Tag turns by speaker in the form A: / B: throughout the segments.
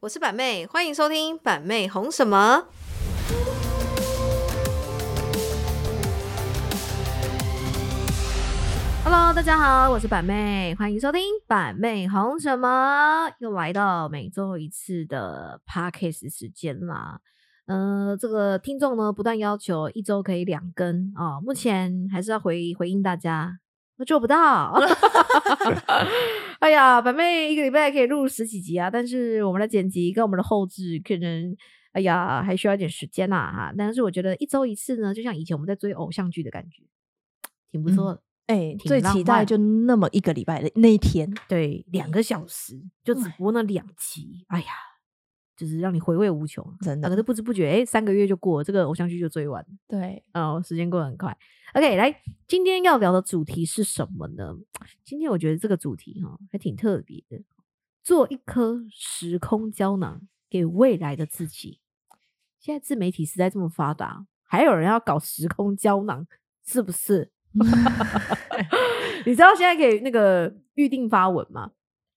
A: 我是板妹，欢迎收听板妹红什么。Hello，大家好，我是板妹，欢迎收听板妹红什么。又来到每周一次的 Podcast 时间啦。呃，这个听众呢，不但要求一周可以两更啊、目前还是要回回应大家，我做不到。 哎呀，板妹一个礼拜可以录十几集啊，但是我们的剪辑跟我们的后置可能，哎呀，还需要一点时间啦、啊、哈。但是我觉得一周一次呢，就像以前我们在追偶像剧的感觉，挺不错的。
B: 哎、
A: 挺
B: 最
A: 浪
B: 期待
A: 漫
B: 就那么一个礼拜的那一天，
A: 对，两个小时就只
B: 对
A: 播那两集，哎呀，就是让你回味无穷。
B: 真
A: 啊
B: 的
A: 可是不知不觉，哎、三个月就过了，这个偶像剧就追完了。
B: 对，
A: 哦，时间过得很快。OK，来，今天要聊的主题是什么呢？今天我觉得这个主题哈、还挺特别的，做一颗时空胶囊给未来的自己。现在自媒体时代这么发达，还有人要搞时空胶囊，是不是？ 你知道现在可以那个预定发文吗？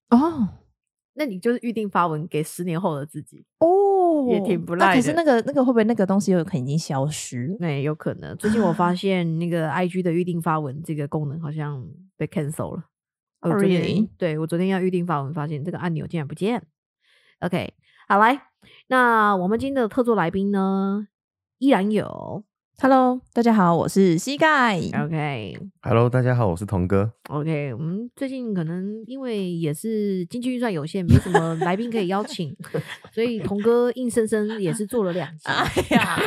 B: 哦
A: 那你就是预定发文给十年后的自己，
B: 哦
A: 也挺不
B: 那
A: 赖
B: 可是
A: 的
B: 那个那个会不会那个东西有可能已经消失？
A: 那、也有可能。最近我 发现那个 IG 的预定发文这个功能好像被 cancel 了。我
B: Oh,
A: 昨天、
B: really？
A: 对我昨天要预定发文，发现这个按钮竟然不见。OK，好来，那我们今天的特座来宾呢，依然有。
B: Hello，大家好，我是膝盖。
A: OK，OK，、
B: 嗯
C: Hello，大家好，我是童 哥。
A: 我们最近可能因为也是经济预算有限，没什么来宾可以邀请，所 以童哥硬生生也是做了两
B: 啊
A: 集。
B: 呀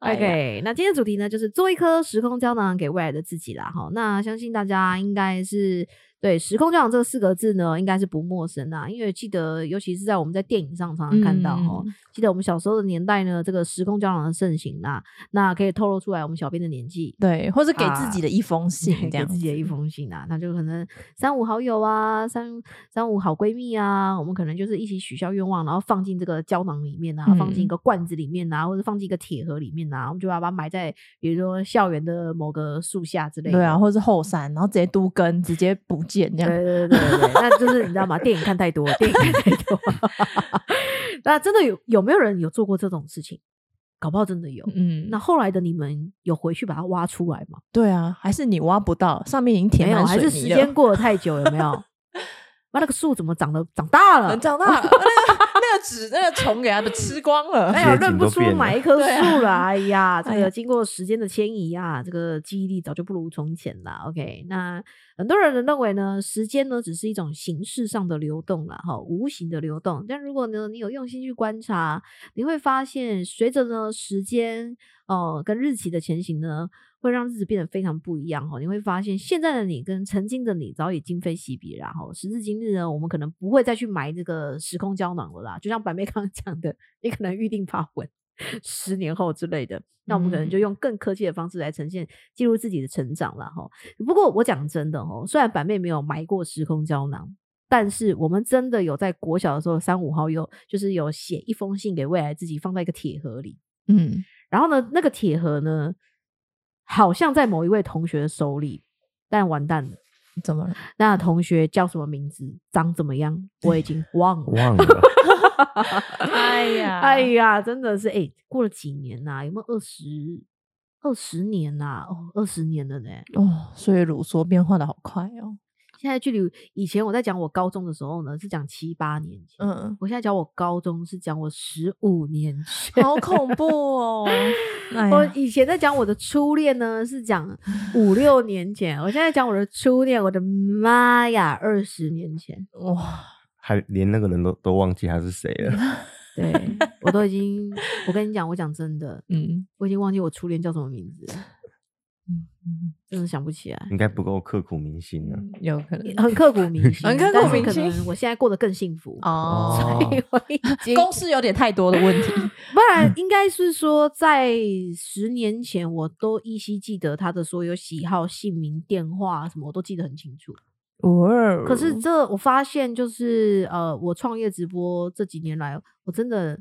B: 哎呀
A: OK，那今天的主题呢，就是做一颗时空胶囊给未来的自己啦。哈，那相信大家应该是对“时空胶囊”这四个字呢，应该是不陌生啦。因为记得，尤其是在我们在电影上常常看到哦、
B: 嗯
A: 记得我们小时候的年代呢，这个时空胶囊的盛行啦，那可以透露出来我们小编的年纪。
B: 对，或是给
A: 啊
B: 自己的一封信
A: 对
B: 这
A: 给
B: 样
A: 自己的
B: 子
A: 一封信啊，那就可能三五好友啊，三三五好闺蜜啊，我们可能就是一起许下愿望，然后放进这个胶囊里面啊，放进一
B: 嗯
A: 个罐子里面啊，或者放进一个铁盒里面啊，我们就把它埋在比如说校园的某个树下之类的。
B: 对啊，。或是后山，然后直接都根，直接不见这
A: 对
B: 样。
A: 对对对对，那就是你知道吗？电影看太多，电影看太多。 那真的有有没有人有做过这种事情？搞不好真的有。
B: 嗯，
A: 那后来的你们有回去把它挖出来吗？
B: 对啊，还是你挖不到，上面已经填
A: 没有，
B: 满
A: 还
B: 水
A: 是时
B: 泥
A: 间
B: 了。
A: 过得太久，有没 有？妈，那个树怎么长得长大了？
B: 长大 了，那个那个纸那个虫给它的吃光了。
A: 哎呀，
C: 街景
A: 认不
C: 都
A: 出
C: 变了
A: 哪一棵
B: 对啊
A: 树了。哎呀，这
B: 哎
A: 个
B: 呀
A: 经过时间的迁移啊，这个记忆力早就不如从前了。OK，那很多人认为呢，时间呢只是一种形式上的流动了，哈，无形的流动。但如果呢你有用心去观察，你会发现，随着呢时间哦、呃跟日期的前行呢，会让日子变得非常不一样哦。你会发现，现在的你跟曾经的你早已今非昔比啦。哈，时至今日呢，我们可能不会再去买这个时空胶囊了啦。就像板妹刚 刚讲的，你可能预定发文十年后之类的，那我们可能就用更科技的方式来呈现记录自己的成长啦。哈。不过我讲真的哦，虽然板妹没有埋过时空胶囊，但是我们真的有在国小的时候，三五好友就是有写一封信给未来自己，放在一个铁盒里。
B: 嗯，
A: 然后呢，那个铁盒呢，好像在某一位同学的手里，但完蛋了。
B: 怎么了？
A: 那同学叫什么名字，长怎么样，我已经忘了。
C: 忘了，
B: 哎 呀
A: 哎呀，真的是哎、过了几年呐、有没有二十二十年呐、哦，二十年了呢。
B: 哦，所以鲁梭变化的好快哦。
A: 现在距离以前我在讲我高中的时候呢，是讲七八年前。
B: 嗯，
A: 我现在讲我高中是讲我十五年前，
B: 好恐怖 哦。哎
A: 我
B: 呀
A: 以前在讲我的初恋呢，是讲 五六年前；我现在讲我的初恋，我的妈呀，二十年前！
B: 哇，
C: 还连那个人都都忘记他是谁 了。
A: 对我都已 经，我跟你讲，我讲真的，
B: 嗯，
A: 我已经忘记我初恋叫什么名字了，
B: 嗯
A: 真的想不起来，
C: 应该不够刻骨铭心
A: 嗯
C: 啊。
B: 有可能 哦
A: 很刻骨铭心，
B: 嗯
A: 啊
B: 很刻
A: 但
B: 骨
A: 是
B: 铭
A: 可
B: 心
A: 能我现在过得更幸福。
B: 哦。
A: 所以我已经
B: 公司有点太多的问 题。
A: 不然
B: 嗯
A: 应该是说，在十年前，我都依稀记得他的所有喜好、姓名、电话什么，我都记得很清楚。
B: 哦
A: 可是这我发现就是呃，我创业直播这几年来，我真的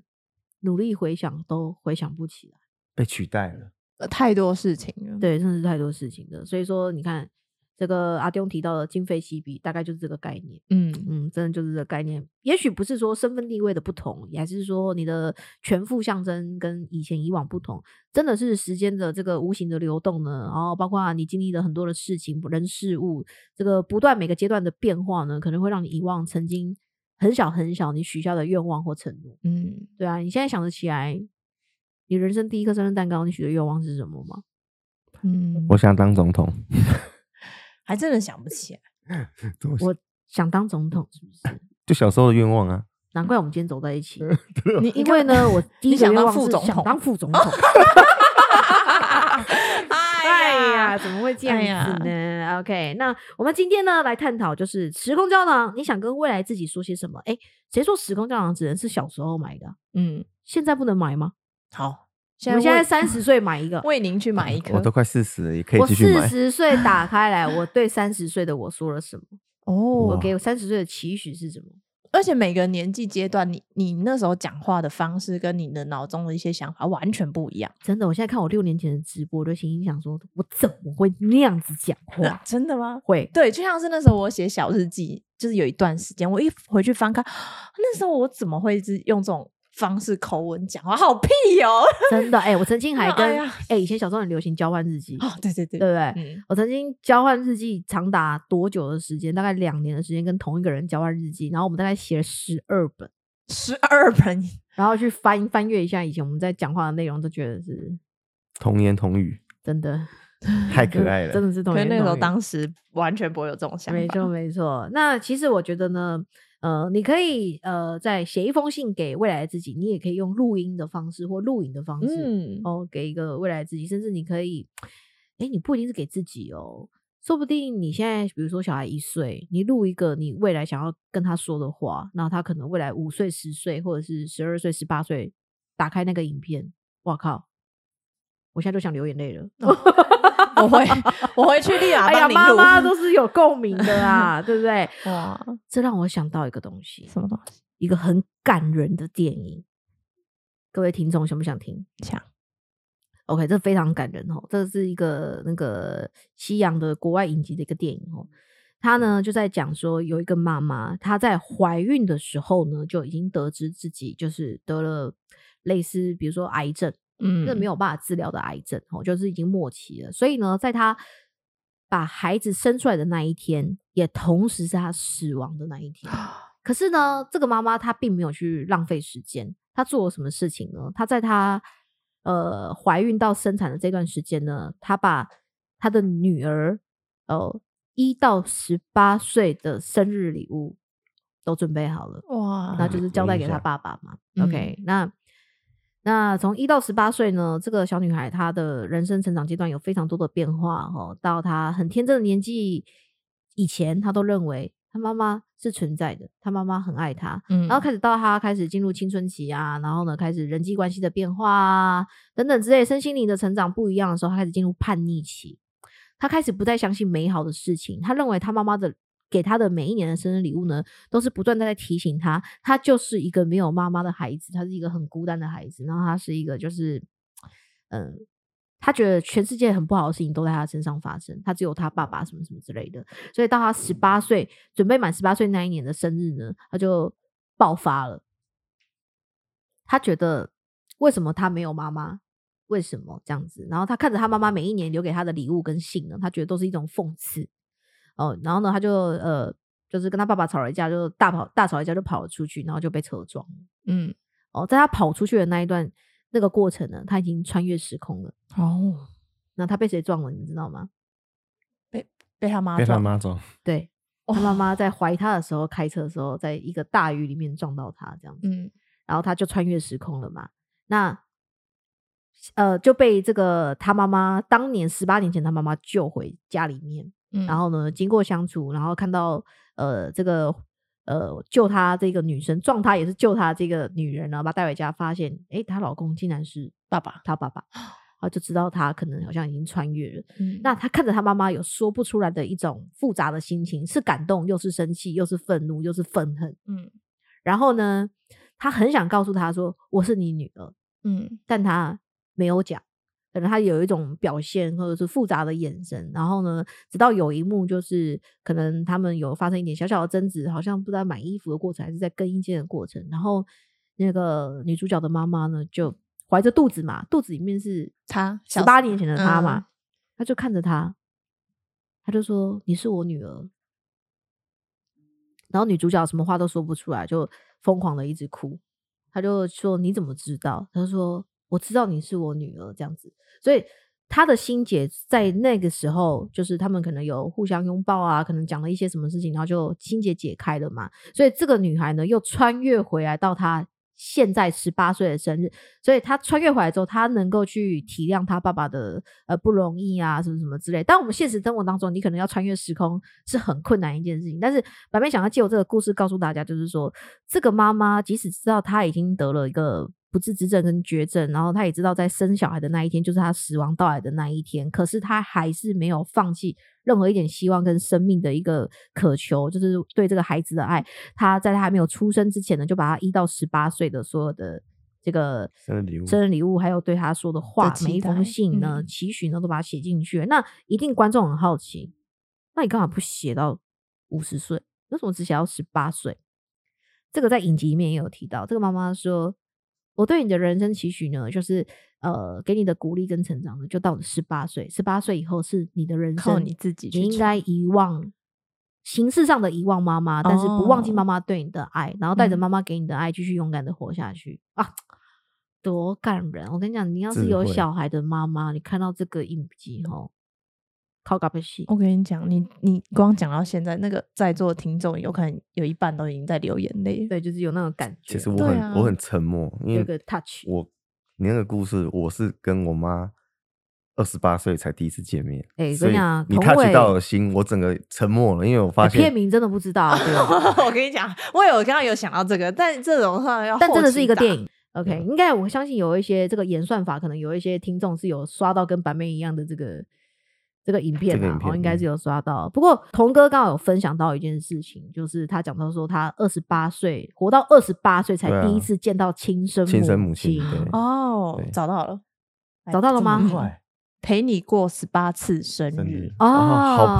A: 努力回想都回想不起来。
C: 被取代了，
B: 呃太多事情了。
A: 对，真的是太多事情的。所以说，你看这个阿东提到的今非昔比，大概就是这个概念。
B: 嗯
A: 嗯，真的就是这个概念。也许不是说身份地位的不同，也还是说你的全副象征跟以前以往不同，真的是时间的这个无形的流动呢。然后包括你经历了很多的事情、人事物，这个不断每个阶段的变化呢，可能会让你遗忘曾经很小很小你许下的愿望或承诺。
B: 嗯，
A: 对啊，你现在想得起来，你人生第一颗生日蛋糕，你许的愿望是什么吗？
B: 嗯，
C: 我想当总统，
B: 还真的想不起来。
A: 我想当总统，是不是？
C: 就小时候的愿望啊。
A: 难怪我们今天走在一 起。
B: 啊你
A: 因为呢， 我第一个
B: 你想
A: 愿
B: 当
A: 望
B: 副
A: 是
B: 总
A: 想
B: 统
A: 当副总统。哎
B: 哎
A: 呀，
B: 呀，
A: 怎么会这样
B: 哎
A: 子呢、o k 那我们今天呢来探讨就是时空胶囊，你想跟未来自己说些什么？哎，谁说时空胶囊只能是小时候买的？
B: 嗯，
A: 现在不能买吗？
B: 好，
A: 我们现在
B: 为，
A: 三十岁买一个
B: 为您去买一颗
C: 我都快四十了，也可以
A: 我
C: 继续
A: 四
C: 买。
A: 十岁打开来，我对三十岁的我说了什么？我
B: 哦
C: 哇。
A: 给我三十岁的期许是什么？
B: 而且每个年纪阶段，你你那时候讲话的方式跟你的脑中的一些想法完全不一样。
A: 真的，我现在看我六年前的直播，我就心里想说，我怎么会那样子讲话？
B: 真的吗？
A: 会，
B: 对，就像是那时候我写小日记，就是有一段时间，我一回去翻看，啊那时候我怎么会是用这种方式口吻讲话？好屁哦！
A: 真的，哎、我曾经还
B: 那
A: 跟
B: 哎
A: 哎、
B: 呀
A: 以前小时候很流行交换日记，
B: 哦，对对对
A: 对不对？
B: 嗯，
A: 我曾经交换日记长达多久的时间？大概两年的时间，跟同一个人交换日记，然后我们大概写了十二本，
B: 十二本，
A: 然后去翻翻阅一下以前我们在讲话的内容，都觉得是
C: 童言 童语，
A: 真的
C: 太可爱
A: 真
C: 了。
A: 的是同
B: 可
A: 言
B: 能那个时候
A: 同语
B: 当时完全不会有这种想法。
A: 没错，没错。那其实我觉得呢，呃，你可以呃，在写一封信给未来的自己，你也可以用录音的方式或录影的方式，
B: 嗯，
A: 哦，给一个未来自己，甚至你可以，哎，你不一定是给自己哦，说不定你现在比如说小孩一岁，你录一个你未来想要跟他说的话，然后他可能未来五岁、十岁，或者是十二岁、十八岁，打开那个影片，哇靠！我现在都想流眼泪了。
B: 哦我会，我会去立马
A: 哦哎呀，
B: 帮你
A: 妈
B: 录。
A: 妈都是有共鸣的啊，对不对？
B: 哇，
A: 这让我想到一个东西，
B: 什么东西？
A: 一个很感人的电影。各位听众想不想听？
B: 想。
A: OK，这非常感人哦，这是一个那个西洋的国外影集的一个电影哦。他呢就在讲说，有一个妈妈，她在怀孕的时候呢，就已经得知自己就是得了类似比如说癌症，
B: 嗯
A: 这没有办法治疗的癌症哦，就是已经末期了。所以呢，在她把孩子生出来的那一天，也同时是她死亡的那一天。可是呢，这个妈妈她并没有去浪费时间，她做了什么事情呢？她在她呃怀孕到生产的这段时间呢，她把她的女儿呃一到十八岁的生日礼物都准备好了。
B: 哇，
A: 那就是交代给他爸爸嘛。OK，那那从一到十八岁呢，这个小女孩她的人生成长阶段有非常多的变化哦。到她很天真的年纪以前，她都认为她妈妈是存在的，她妈妈很爱她，
B: 嗯
A: 然后开始到他开始进入青春期啊，然后呢开始人际关系的变化啊等等之类，身心灵的成长不一样的时候，他开始进入叛逆期，他开始不再相信美好的事情，他认为他妈妈的给他的每一年的生日礼物呢，都是不断的在提醒他，他就是一个没有妈妈的孩子，他是一个很孤单的孩子，然后他是一个就是，嗯、他觉得全世界很不好的事情都在他身上发生，他只有他爸爸什么什么之类的，所以到他十八岁，准备满十八岁那一年的生日呢，他就爆发了。他觉得为什么他没有妈妈？为什么这样子？然后他看着他妈妈每一年留给他的礼物跟信呢，他觉得都是一种讽刺。哦，然后呢，他就呃，就是跟他爸爸吵了一架，就大跑大吵一架就跑了出去，然后就被车撞了。
B: 嗯，
A: 哦，在他跑出去的那一段那个过程呢，他已经穿越时空了。
B: 哦，
A: 那他被谁撞了？你们知道吗？
B: 被他妈
C: 被他
B: 撞，
C: 妈走，
A: 对，
B: 哦
A: 他妈妈在怀他的时候，开车的时候，在一个大雨里面撞到他，这样子，
B: 嗯
A: 然后他就穿越时空了嘛。那呃，就被这个他妈妈当年十八年前他妈妈救回家里面，
B: 嗯，
A: 然后呢，经过相处，然后看到呃这个呃救他这个女生撞他也是救他这个女人，然后把她带回家，发现诶，她老公竟然是
B: 爸爸，
A: 她爸爸，然后就知道她可能好像已经穿越了。
B: 嗯
A: 那他看着他妈妈有说不出来的一种复杂的心情，是感动，又是生气，又是愤怒，又是愤恨。
B: 嗯
A: 然后呢，他很想告诉她说：“我是你女儿。”
B: 嗯
A: 但他没有讲，可能他有一种表现，或者是复杂的眼神。然后呢，直到有一幕就是，可能他们有发生一点小小的争执，好像不知道买衣服的过程还是在更衣间的过程。然后那个女主角的妈妈呢，就怀着肚子嘛，肚子里面是
B: 她
A: 十
B: 小时
A: 八年前的她嘛，
B: 嗯
A: 她就看着她，她就说：“你是我女儿。”然后女主角什么话都说不出来，就疯狂的一直哭。她就说：“你怎么知道？”她说：“我知道你是我女儿。”这样子，所以她的心结在那个时候，就是他们可能有互相拥抱啊，可能讲了一些什么事情，然后就心结解开了嘛。所以这个女孩呢，又穿越回来到她现在十八岁的生日，所以她穿越回来之后，她能够去体谅她爸爸的呃不容易啊，什么什么之类。但我们现实生活当中，你可能要穿越时空是很困难一件事情。但是白妹想要借我这个故事告诉大家，就是说这个妈妈即使知道她已经得了一个。不治之症跟绝症，然后她也知道在生小孩的那一天就是她死亡到来的那一天，可是她还是没有放弃任何一点希望跟生命的一个渴求，就是对这个孩子的爱。他在他还没有出生之前呢，就把他一到十八岁的所有的这个
C: 生日礼物
A: 生日礼物，还有对他说的话
B: 的，期
A: 每一封
B: 待
A: 信呢、
B: 嗯
A: 期许呢，都把它写进去了。那一定观众很好奇，那你干嘛不写到五十岁？为什么只写到十八岁？这个在影集里面也有提到，这个妈妈说：“我对你的人生期许呢，就是呃，给你的鼓励跟成长呢，就到十八岁。十八岁以后是你的人
B: 靠
A: 生，
B: 你自己去
A: 你应该遗忘形式上的遗忘妈妈，但是不忘记
B: 哦
A: 妈妈对你的爱，然后带着
B: 嗯
A: 妈妈给你的爱，继续勇敢的活下去啊！多感人！我跟你讲，你要是
C: 智
A: 有
C: 慧
A: 小孩的妈妈，你看到这个影集吼，靠嘎不戏
B: 我跟你讲，你你光讲到现在，那个在座的听众有可能有一半都已经在流眼泪。
A: 对，就是有那种感觉。
C: 其实我
B: 对
C: 很、
B: 啊
C: 我很沉默，因
A: 有一个
C: 为
A: touch
C: 我你那个故事，我是跟我妈二十八岁才第一次见面，
A: 哎我
C: 所
A: 跟
C: 以
A: 你讲
C: 你
A: 同
C: touch 到
A: 位
C: 我心，我整个沉默了，因为我发
A: 哎片
C: 现
A: 名真的不知道， 对
B: 我跟你讲，我有刚刚有想到这个，但这种话要
A: 但真的
B: 后期
A: 是一个
B: 打
A: 电影。OK，应
C: 嗯
A: 该我相信有一些这个演算法，可能有一些听众是有刷到跟版妹一样的这个这个影片
C: 这个
A: 啊
C: 影，
A: 哦、
C: 片
A: 应该是
C: 嗯
A: 有刷到。不过童哥刚好有分享到一件事情，就是他讲到说他二十八岁活到二十八岁才
C: 对啊
A: 第一次见到亲生
C: 亲生母
A: 亲
C: 亲，，对，
B: 哦
C: 对，
B: 找到了，来
A: 找到了
B: 这么
A: 吗
B: 快陪你过十八次生
C: 真
B: 日
C: 的，好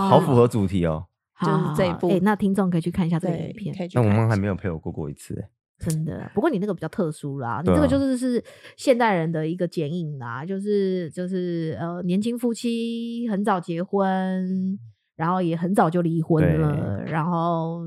C: 好
A: 哦
C: 符合主题哦。
A: 好
B: 就是
A: 好
B: 这一
A: 好
B: 部
A: 哎那听众可以去看一下这个
B: 对
A: 影，片，
B: 可以去
C: 那我
B: 看
C: 妈
B: 一
C: 还
B: 下
C: 没有陪我过过一次，哎
A: 真的。不过你那个比较特殊啦，你
C: 对
A: 这个
C: 啊
A: 就是是现代人的一个剪影啦，就是就是呃年轻夫妻很早结婚，然后也很早就离婚
C: 对
A: 了，然后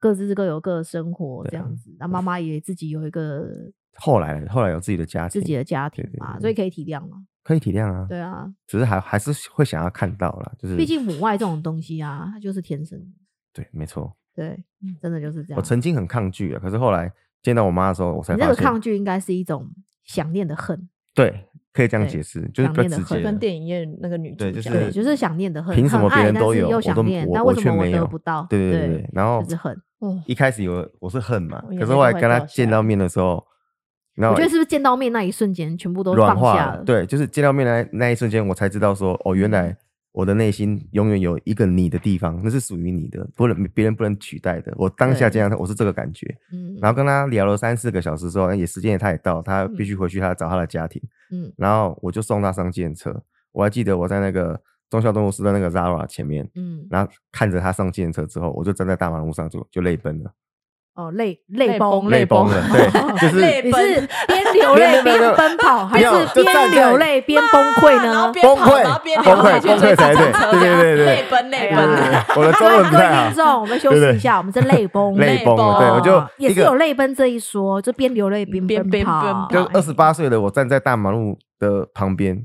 A: 各自各有各的生活
C: 对
A: 这
C: 啊
A: 样子。那妈妈也自己有一个
C: 后来后来有自己的家庭，
A: 自己的家
C: 对
A: 庭
C: 对
A: 嘛，
C: 对
A: 所以可以体谅嘛。
C: 可以体谅啊，
A: 对啊，
C: 只是还还是会想要看到啦，就是
A: 毕竟母爱这种东西啊，它就是天生的。
C: 对，没错，
A: 对
B: 嗯，
A: 真的就是这样。
C: 我曾经很抗拒啊，可是后来见到我妈的时候，我才
A: 你
C: 发
A: 这
C: 现
A: 个抗拒应该是一种想念的恨，
C: 对，可以这样
A: 对
C: 解释，就是
A: 想
C: 比较
A: 念的
C: 直
A: 恨
C: 接
A: 觉
C: 的
B: 跟电影院那个女主
C: 对
B: 角，
C: 就
A: 对，
C: 是
A: 就是想念的恨。
C: 凭什么
A: 很
C: 别
A: 爱
C: 人都
A: 但是
C: 有，
A: 又
C: 我都
A: 想念，
C: 我
A: 那
C: 我
A: 为什
C: 却
A: 么我
C: 没有
A: 得不到？
C: 对对对对，然后
A: 就是恨。
B: 哦，
C: 一开始有我是恨嘛
B: 我，眼
C: 可是
B: 泪
C: 后来
B: 都会
C: 跟她
B: 掉下
C: 见
B: 来
C: 到面的时候，然
A: 我
C: 后
A: 觉得是不是见到面那一瞬间，全部都
C: 软
A: 放
C: 化
A: 下
C: 了
A: 了？，
C: 对，就是见到面那那一瞬间，我才知道说，哦，原来我的内心永远有一个你的地方，那是属于你的，不能别人不能取代的。我当下
A: 对
C: 见到他，我是这个感觉。
A: 嗯，
C: 然后跟他聊了三四个小时之后，哎也时间也他也到，他必须回去他找他的家庭。
A: 嗯
C: 然后我就送他上电车，我还记得我在那个中孝东路市的那个 Zara 前面，
A: 嗯，
C: 然后看着他上电车之后，我就站在大马路上就就泪奔了，
A: 哦，泪泪
B: 泪
A: 崩
B: 崩
C: 泪 崩了， 对，就是
B: 泪啊
A: 你
B: 奔
A: 是 边流泪
C: 没有没有没
A: 边
C: 有
A: 奔跑，还
C: 没有
A: 是
C: 就
A: 边
C: 站在
A: 流泪边崩溃
B: 然后
A: 呢？
B: 边
C: 崩
B: 跑然后
C: 溃
B: 边
C: 崩
B: 流泪
C: 溃
B: 去
C: 崩
B: 追
C: 溃才
B: 计程
C: 对
B: 车
C: 对
B: 这样
C: 对对对
B: 泪奔泪
A: 对
C: 对
A: 啊
B: 奔。
C: 对 对我的中
A: 各位
C: 文不
A: 各位
C: 太
A: 听
C: 好，
A: 众，我们休
C: 对
A: 息
C: 对
A: 一下，我们是泪崩，
C: 泪崩了，对我
A: 哦
C: 就
A: 也
C: 一
A: 是有
C: 个
A: 泪奔这一说，就边流泪边
B: 边
A: 奔
B: 边
A: 跑，哎
B: 奔
C: 就
B: 跑
C: 二十八岁的我站在大马路的旁边，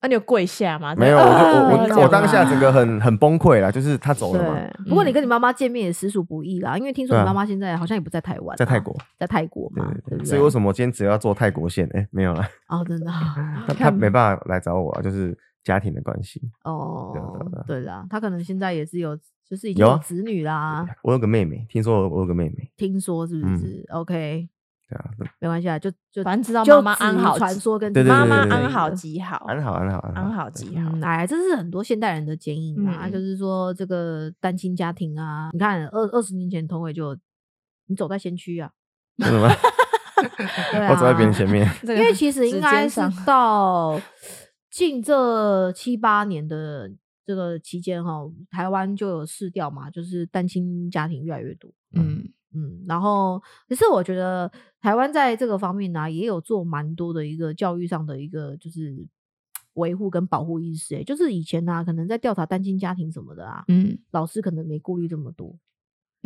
B: 那啊你有跪下吗？
C: 没有，我就
A: 啊
C: 我我我当
A: 懂
C: 下
A: 了
C: 整个很很崩溃啦，就是他走了嘛，
A: 对，不过你
B: 嗯
A: 跟你妈妈见面也实属不易啦，因为听说你
C: 对啊
A: 妈妈现在好像也不在台湾啊，
C: 在泰国，
A: 在泰国
C: 对
A: 嘛，对
C: 对
A: 不
C: 对，
A: 对？
C: 所以为什么坚持要做泰国线？哎，没有啦，
A: 哦，真 的啊
C: 他他没办法来找我啊，就是家庭的关系。对啊
A: 哦
C: 对啊，
A: 对啦，他可能现在也是有，就是已经
C: 有啊
A: 有子女啦，
C: 我有个妹妹，听说我我有个妹妹，
A: 听说是
C: 嗯
A: 不是？OK，
C: 对啊，
A: 没关系啊，就就
B: 反正知道
A: 就
B: 妈妈安
A: 止于
B: 好
A: 传
B: 即
A: 说跟
C: 对对
B: 妈
C: 对
B: 妈
C: 对对
B: 安好极好，
C: 安好安好安好
B: 安好极好。
A: 嗯，哎，这是很多现代人的剪影啊，
B: 嗯
A: 就是说这个单亲家庭啊，你看二二十年前同伟就你走在先驱啊，
C: 真的吗？
A: 对啊，
B: 啊
C: 我走在别人前面，
B: 因
A: 因为其实应该是到近这七八年的这个期间哈、台湾就有试调嘛，就是单亲家庭越来越多。
B: 嗯
A: 嗯，然后可是我觉得台湾在这个方面呢、也有做蛮多的一个教育上的一个就是维护跟保护意识、欸。就是以前呢、可能在调查单亲家庭什么的啊，
B: 嗯，
A: 老师可能没顾虑这么多。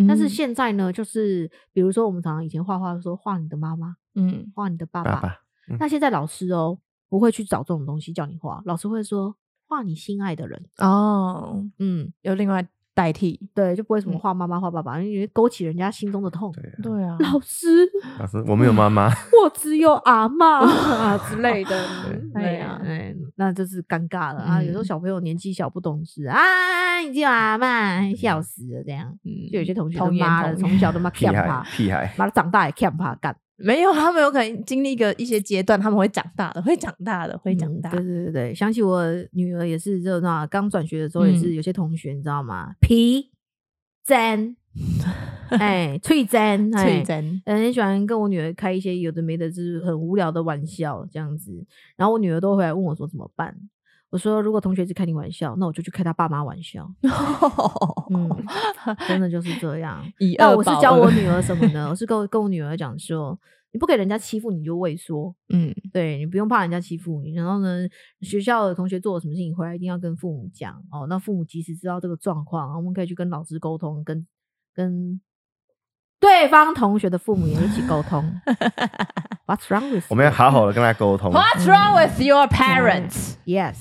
A: 但是现在呢，就是比如说我们常常以前画画说画你的妈妈，
B: 嗯
A: 画你的爸
C: 爸爸，嗯
A: 那现在老师哦不会去找这种东西叫你画，老师会说画你心爱的人。
B: 哦，
A: 嗯，
B: 有另外代替，
A: 对，就不会什么
B: 嗯
A: 画妈妈画爸爸，因为勾起人家心中的痛。
C: 对啊，
B: 对啊，
A: 老师，
C: 老师，我没有妈妈，
A: 我只有阿妈 啊之类的，
B: 对
A: 对呀
B: 呀，
A: 哎，那就是尴尬了啊！有时候
B: 嗯
A: 小朋友年纪小不懂事啊，你叫阿妈，笑死了这样。
B: 嗯
A: 就有些同学他
B: 童言
A: 妈的
B: 童语
A: 从小 他妈
C: 屁
A: 看他
C: 孩，，屁孩，
A: 妈的长大也看他干，
B: 没有，他们有可能经历一个一些阶段，他们会长大的，会长大的，会长
A: 嗯
B: 大。
A: 对对对对，想起我女儿也是，就那刚转学的时候也是
B: 嗯
A: 有些同学，你知道吗？皮 针，哎，翠针，哎
B: 翠珍，
A: 嗯，很喜欢跟我女儿开一些有的没的，就是很无聊的玩笑这样子。然后我女儿都会来问我说怎么办。我说如果同学一直开你玩笑，那我就去开他爸妈玩笑。 嗯，真的就是这样。
B: 以
A: 那
B: 恶
A: 我是
B: 报
A: 教
B: 恶
A: 我 女儿什么呢？我 是跟我跟我女儿讲说，你不给人家欺负你就畏缩，
B: 嗯
A: 对你不用怕人家欺负你。然后呢，学校的同学做了什么事情回来一定要跟父母讲哦。那父母及时知道这个状况，我们可以去跟老师沟通，跟跟对方同学的父母也一起沟通。What's wrong with？
C: 我们要
A: you？
C: 好好的跟他沟通。
B: ，What's wrong with your parents？
A: Yes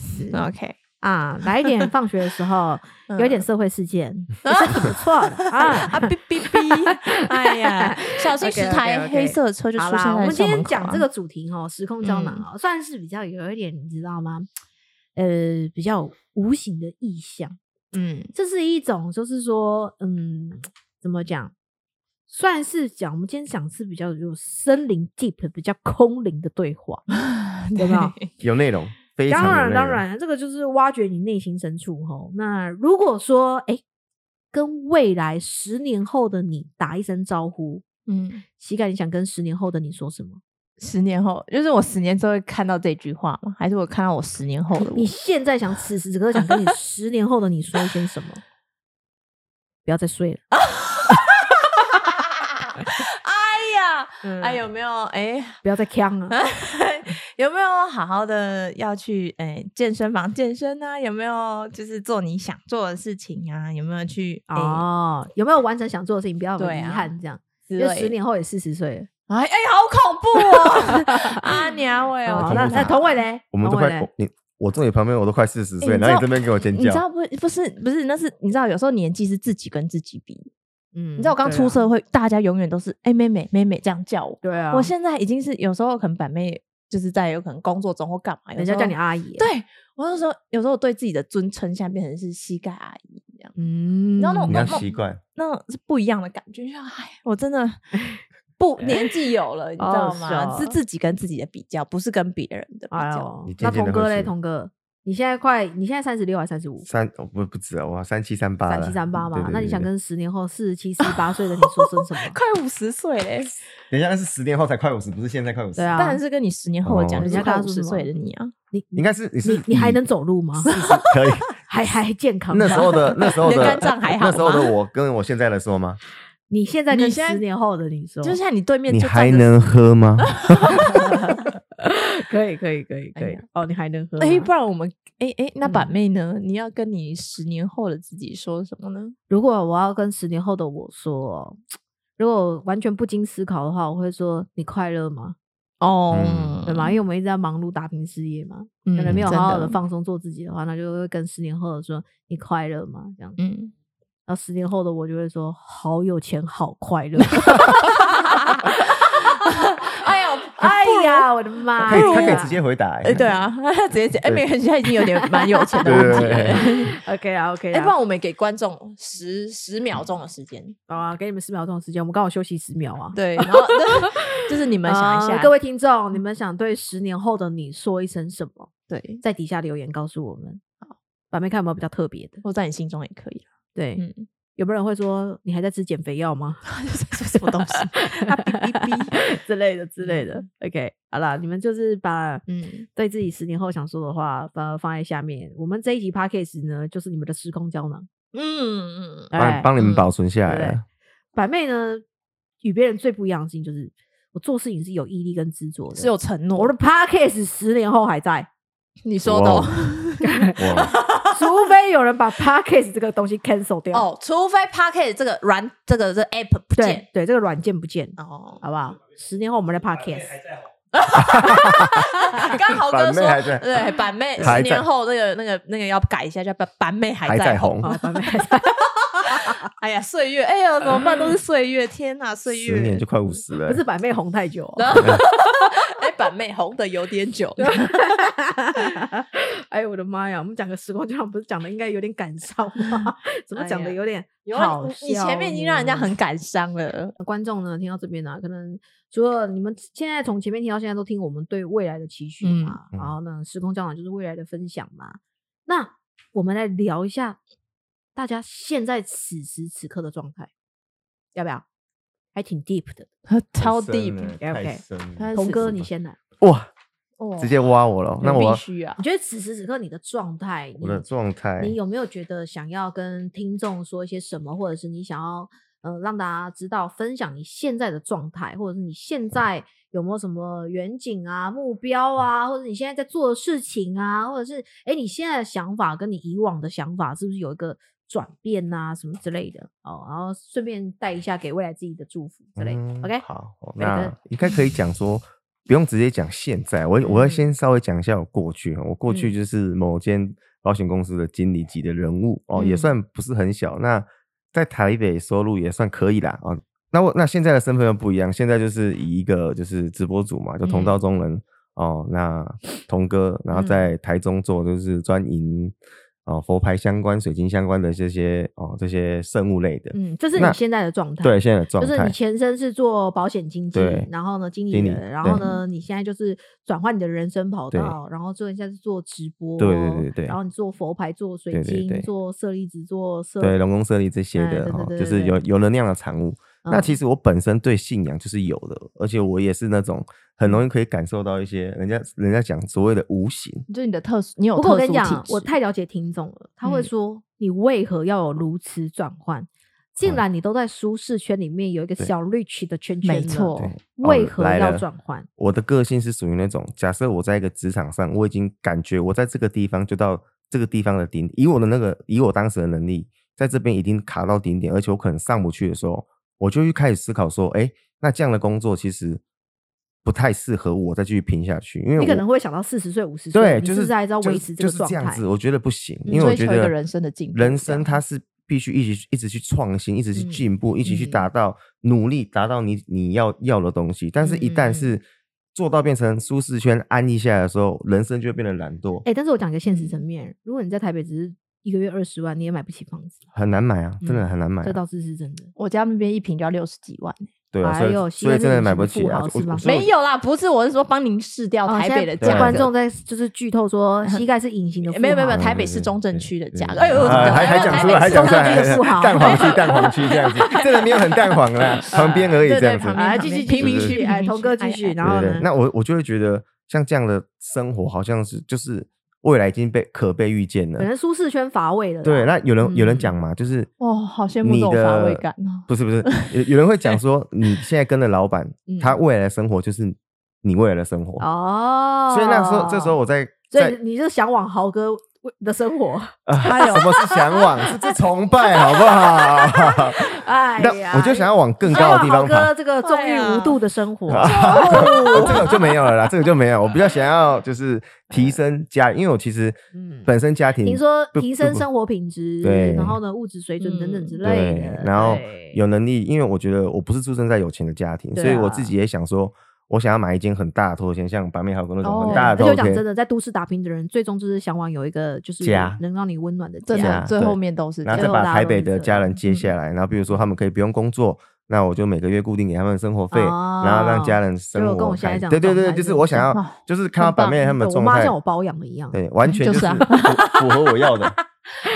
B: OK，
A: 啊，来一点放学的时候
B: 嗯
A: 有一点社会事 件，也是挺不错的啊。
B: 啊哔哔哔！ 哎呀，小心
A: OK，OK，OK
B: 十台黑色的车就出
A: 好
B: 现在
A: 啦，我们今
B: 校
A: 天
B: 门口
A: 讲
B: 啊嗯
A: 这个主题哦，时空胶囊哦，算是比较有一点，你知道吗？呃，比较无形的意象，
B: 嗯
A: 这是一种，就是说，嗯，怎么讲？算是讲，我们今天讲是比较有森林 deep、比较空灵的对话，有没有？
C: 有内容，非常
A: 当
C: 有
A: 然，
C: 内
A: 当
C: 容，
A: 然，这个就是挖掘你内心深处吼。那如果说，哎、跟未来十年后的你打一声招呼，
B: 嗯，
A: 膝盖，你想跟十年后的你说什么？
B: 十年后，就是我十年之后会看到这句话吗？还是我看到我十年后的我
A: 你？现在想此时此刻想跟你十年后的你说一些什么？ 不要再睡了。
B: 哎呀，哎，有没有？哎，
A: 不要再呛了。
B: 有没有好好的要去哎健身房健身啊？有没有就是做你想做的事情啊？有没有去哎
A: 哦，有没有完成想做的事情？不要有
B: 对
A: 遗
B: 啊
A: 憾，这样，
B: 之
A: 因
B: 类
A: 为
B: 的
A: 十年后也四十岁了。
B: 哎哎，好恐怖哦！ 阿娘喂
A: 哦
B: 哦，
A: 那
B: 天哪
A: 那童伟嘞，
C: 我们都
A: 童伟
C: 快
A: 嘞
C: 我你我坐你旁边，我都快四十
B: 哎
C: 岁，
B: 你
C: 然后
B: 知道
C: 你这边给我尖
B: 你知道
C: 叫，
B: 不？不是不是，那是你知道，有时候年纪是自己跟自己比。
A: 嗯
B: 你知道我刚出，社会，大家永远都是哎、妹妹妹妹这样叫我。
A: 对啊对啊，
B: 我现在已经是有时候可能板妹就是在有可能工作中或干嘛，有
A: 人
B: 时
A: 家
B: 候
A: 叫你阿姨，，
B: 对我那时候有时候对自己的尊称现在变成是膝盖阿姨这样，
A: 嗯，
B: 知道那种
C: 你要
B: 那
C: 习惯。
B: 那种是不一样的感觉。就哎，我 真的不年纪有了，你知道
A: 哦是哦
B: 吗？是自己跟自己的比较，不是跟别人的比
A: 哎
B: 较。
A: 呦
C: 你，
A: 那
C: 渐渐
A: 童
C: 地
A: 哥
C: 会
A: 嘞，
C: 是
A: 童哥，你现在快，你现在三十六还是三十五？
C: 三哦不不止啊，我三七三八了，嗯
A: 三七三八
C: 对
A: 嘛，
C: 对
A: 那你
C: 对
A: 想
C: 对
A: 跟十年后四十七、四十八岁的你说声什么
B: ？快五十岁嘞，
C: 等一下那是十年后才快五十，不是现在快五十。
A: 对啊，
B: 当然是跟你十年后的讲，
C: 哦
B: 就
A: 人
B: 是
A: 家跟
B: 快
A: 他
B: 五
A: 说
B: 十
A: 什么
B: 岁的你啊，
A: 你
C: 应该是你是
A: 你你还
C: 以
A: 能走路吗？
C: 可以，
A: 还还健康吗？
C: 那时候 的那时候
B: 你的
C: 的
B: 肝脏还好
C: 那时候
B: 吗
C: 的我跟我现在的说吗？
A: 你现在跟
B: 你现在
A: 十年后的你说，
B: 就像你对面
C: 你
B: 就
C: 还
B: 站着
C: 能喝吗？
A: 可以可以可以可
B: 哎
A: 以
B: 呀
A: 哦，你还能喝吗？
B: 哎、不然我们哎哎、那板
A: 嗯
B: 妹呢？你要跟你十年后的自己说什么呢？
A: 如果我要跟十年后的我说，如果完全不经思考的话，我会说你快乐吗？
B: 哦、
C: 嗯
A: 对吗？因为我们一直在忙碌打拼事业嘛，
B: 嗯
A: 可能没有好好的。
B: 真
A: 放松做自己的话，那就会跟十年后的说你快乐吗？这样，
B: 嗯，
A: 然后十年后的我就会说好有钱，好快乐。
B: 哎呦，
A: 哎
B: 哎呀，
A: 呀，我的妈！
C: 可以，他可以直接。回答。
B: 哎，对，啊，直接讲，哎，没
C: 对
B: 有，现在已经有 点蛮有钱的
C: 对
B: 问
C: 对
B: 题
C: 对
B: 了。
C: 对，
A: OK 啊，OK
B: 哎，
A: 啊
B: 不，然我们给观众十十秒钟的时 间，
A: 好啊，给你们十秒钟的时间，我们刚好休息十秒啊。
B: 对，然后 就是你们想一
A: 啊
B: 下，嗯
A: 各位听众，你们想对十年后的你说一声什么？
B: 对，
A: 在底下留言告诉我们。好，板妹看有没有比较特别的？
B: 或在你心中也可以啦
A: 对，
B: 嗯，
A: 有没有人会说你还在吃减肥药吗？
B: 他就是说什么东西，他啊哔哔 哔，
A: 之类的之类的。OK，好啦，你们就是把
B: 嗯，
A: 对自己十年后想说的话，放放在下面。我们这一集 podcast 呢，就是你们的时空胶囊。
B: 嗯，
A: 哎
C: 帮帮你们
B: 嗯
C: 保存下来
A: 对
C: 了。
A: 板妹呢，与别人最不一样的事情就是，我做事情是有毅力跟执着的。
B: 是有承诺。
A: 我的 podcast 十年后还在，
B: 你说的哦
C: 哇哇，
A: 除非有人把 podcast 这个东西 cancel 掉。
B: 哦，除非 Pocket 这个软这个这 App 不
A: 对
B: 见
A: 对，这个软件不见，
B: 哦，
A: 好不
C: 嗯
A: 好？十年后我们的 podcast
B: 啊刚豪哥
C: 板
B: 说
C: 妹还在
B: 对板妹
C: 还
B: 十
C: 在
B: 年后那个那个那个要改一下，叫板板妹还
C: 还在红，
A: 好，板妹还在
B: 哎呀，岁月，哎呀，怎么办？都是岁月，天 呐，岁月。
C: 十年就快五十了
A: 不。是板妹红太久哦、
B: 然后， 哎，板妹红的有点 久。
A: 哎呦我的妈呀！我们讲个时光胶囊，不是讲的应该有点感伤 吗？怎么讲的
B: 哎呀
A: 有点
B: 有啊
A: 好
B: 你你前面已经让人家很感伤了。
A: 观众呢，听到这边呢、啊，可能除了你们现在从前面听到现在都听我们对未来的期许嘛，
C: 嗯嗯
A: 然后呢，时空胶囊就是未来的分享嘛。那我们来聊一下大家现在此时此刻的状态，要不要？还挺 deep 的。
B: 超
C: 深了
B: deep，
A: OK
C: 太深了
B: 他
A: 童哥，你先来。
C: 哇，
B: 哇
C: 直接挖我了。那我
B: 必须啊
A: 你，觉得此时此刻你的状态，
C: 我的
A: 你
C: 状态，
A: 你有没有觉得想要跟听众说一些什么，或者是你想要呃让大家知道分享你现在的状态，或者是你现在有没有什么远景啊、目
C: 嗯
A: 标啊，或者你现在在做的事情啊，或者是哎、诶你现在的想法跟你以往的想法是不是有一个转变啊，什么之类的哦，然后顺便带一下给未来自己的祝福之类的。
C: 嗯
A: OK，
C: 好，
A: 伟
C: 那
A: 哥
C: 应该可以讲说， 不用直接讲现在，我我要
A: 嗯
C: 先稍微讲一下我过去哈，我过去
A: 嗯
C: 就是某间保险公司的经理级的人物哦，也
A: 嗯
C: 算不是很小，那在台北收入也算可以啦哦。那我那现在的身份又不一样，现在就是以一个就是直播主嘛，就同道中人、哦，那童哥，然后
A: 嗯
C: 在台中做就是专营哦佛牌相关、水晶相关的这些哦这些圣物类的，
A: 嗯，这是你
C: 那
A: 现在的状态。
C: 对现在的状
A: 就
C: 态。
A: 是你前身是做保险经纪
C: 对，
A: 然后呢经理
C: 经理
A: 人，然
C: 对
A: 后呢你现在就是转换你的人生跑
C: 对
A: 道，然后做一下是做直播，哦
C: 对对对对
A: 然后你做佛牌、做水
C: 对
A: 晶、
C: 对对
A: 做舍利子、做色，
C: 对，龙宫舍利这些
A: 哎
C: 的
A: 对对
C: 哈，
A: 对
C: 就
A: 对
C: 是
A: 对
C: 有有能量的产物。那
A: 嗯
C: 其实我本身对信仰就是有的，而且我也是那种很容易可以感受到一些人家人家讲所谓的无形。
B: 就你的特殊，你啊有
A: 不过我
B: 特
A: 跟
B: 殊
A: 你讲
B: 体，质。
A: 我太了解听众了，他会
B: 嗯
A: 说你为何要有如此转换？竟
C: 嗯
A: 然你都在舒适圈里面有一个
C: 对
A: 小 rich 的圈圈
B: 没
A: 了，
B: 错
C: 对，哦
A: 为何
C: 来
A: 要
C: 了
A: 转换？
C: 我的个性是属于那种，假设我在一个职场上，我已经感觉我在这个地方就到这个地方的顶，以我的那个以我当时的能力，在这边已经卡到顶点，而且我可能上不去的时候，我就去开始思考说，哎、那这样的工作其实不太适合我再继续拼下去，因为
A: 你可
C: 我
A: 能会想到四十岁、五十岁，
C: 对，
A: 你
C: 就是
A: 不是还在
C: 就
A: 维
C: 是
A: 持
C: 就
A: 个
C: 是
A: 状
C: 样
A: 态
C: 子，？我觉得不行，
B: 嗯
C: 因为我
B: 追
C: 觉
B: 求一
C: 得
B: 个人生的进步
C: 人
B: 这样
C: 生它是必须一直一直去创新，一直去
B: 嗯
C: 进步，一直去
B: 嗯
C: 达到努力达到你你要要的东西。但是，一
B: 嗯嗯
C: 旦
B: 嗯
C: 是做到变成舒适圈安逸下来的时候，人生就会变得懒惰，
A: 哎、但是我讲一个
C: 嗯
A: 现实层面，如果你在台北只是一个月二十万，你也买不起房子，
C: 很难买啊，真的
A: 嗯
C: 很难买
A: 这
C: 啊。
A: 倒是是真的。
B: 我家那边一瓶就要六十几万，
C: 对啊，所
A: 哎呦
C: 以所以
A: 现在
C: 真
A: 那
C: 的
A: 种
C: 买
A: 什么富豪。
C: 不起啊我
A: 是吗
C: 我所以
B: 没有啦，不是，我是说帮您试掉
A: 哦
B: 台
A: 现
B: 北
A: 在
B: 的
C: 对
B: 价
A: 观
B: 格。
A: 众在就是剧透说 膝盖是隐形的富豪，
B: 没有没有没有，
C: 对
B: 台北市
C: 对
B: 中正
C: 嗯对
B: 区的
C: 对
B: 价格。
C: 对
B: 哎呦，我怎么
C: 啊还还讲出来，还讲出来，
A: 中
C: 还
A: 正区的富豪
C: 蛋黄 区，蛋黄区这样子，真的没有很蛋黄啦，旁边而已
B: 对
C: 这
B: 对
C: 样子
B: 旁。边
A: 啊，继续继
B: 贫
A: 续
C: 民
A: 继
C: 区
A: 续，
B: 贫
A: 哎，
B: 民
A: 童
B: 区
A: 哥
B: 哎
A: 继续，
B: 哎
A: 然后
C: 对对
A: 呢
C: 对，？那我我就会觉得像这样的生活好像是就是未来已经被可被预见
A: 可
C: 了。
A: 能舒适圈乏味了啦。
C: 对，那有人、有人讲
A: 嗯
C: 嘛，就是
B: 哇好羡慕这
C: 你
B: 种
C: 的
B: 乏味感哦
C: 不是不是，有有人会讲说，你现在跟的老板，
A: 嗯
C: 他未来的生活就是你未来的生活。
A: 哦，
C: 所以那时候这时候我在
A: 所
C: 在
A: 以你就向往豪哥的生活，哎
C: 啊， 什么是向往，是这崇拜，好不好？
A: 哎呀，哎
C: 那我就想要往更
A: 向
C: 高
A: 往
C: 的地
A: 豪
C: 方爬
A: 哥。这个纵欲无度的生 活，
C: 哦这个就没有了啦，这个就没有。我比较想要就是提升家，因为我其实
A: 哦嗯
C: 本身家庭
A: 听说
C: 不
A: 提升
C: 不
A: 生活品质，
C: 对嗯
A: 然后呢，物质水准等等之类
C: 对
A: 的，，
C: 然后
A: 对
C: 有能力，因为我觉得我不是出生在有钱的家庭，
A: 对
C: 所以我
A: 啊
C: 自己也想说，我想要买一间很大的拖鞋，像白面豪哥那种
B: 哦
C: 很大
A: 而且
C: 的拖
A: 我讲真
C: 鞋。
A: 的，在都市打拼的人，最终就是向往有一个就是
C: 家
A: 能让你温暖的
B: 真
C: 对
B: 的
A: 家
C: 啊。
B: 最
C: 对
B: 后面都是这
C: 然后再
A: 最
B: 样。
A: 后大家
C: 把台
A: 都
C: 北
A: 是
C: 的
A: 这
C: 家
A: 样
C: 人接下来，然后比如说他们可以不用工作，那我就每个月固定给他们生活费，
A: 哦
C: 然后让家人生
A: 就跟我
C: 活
A: 现在
C: 开
A: 这样
C: 心。对对
A: 状
C: 对，
A: 态
C: 就是
A: 就哦
C: 我想
B: 很
C: 要
B: 棒，
C: 就是看到
B: 很棒
C: 板妹他们的
A: 对我
C: 状
A: 妈
C: 态
A: 像，我包养的一样，
C: 对，完全
B: 就
C: 就是是
B: 啊
C: 符符合我要的。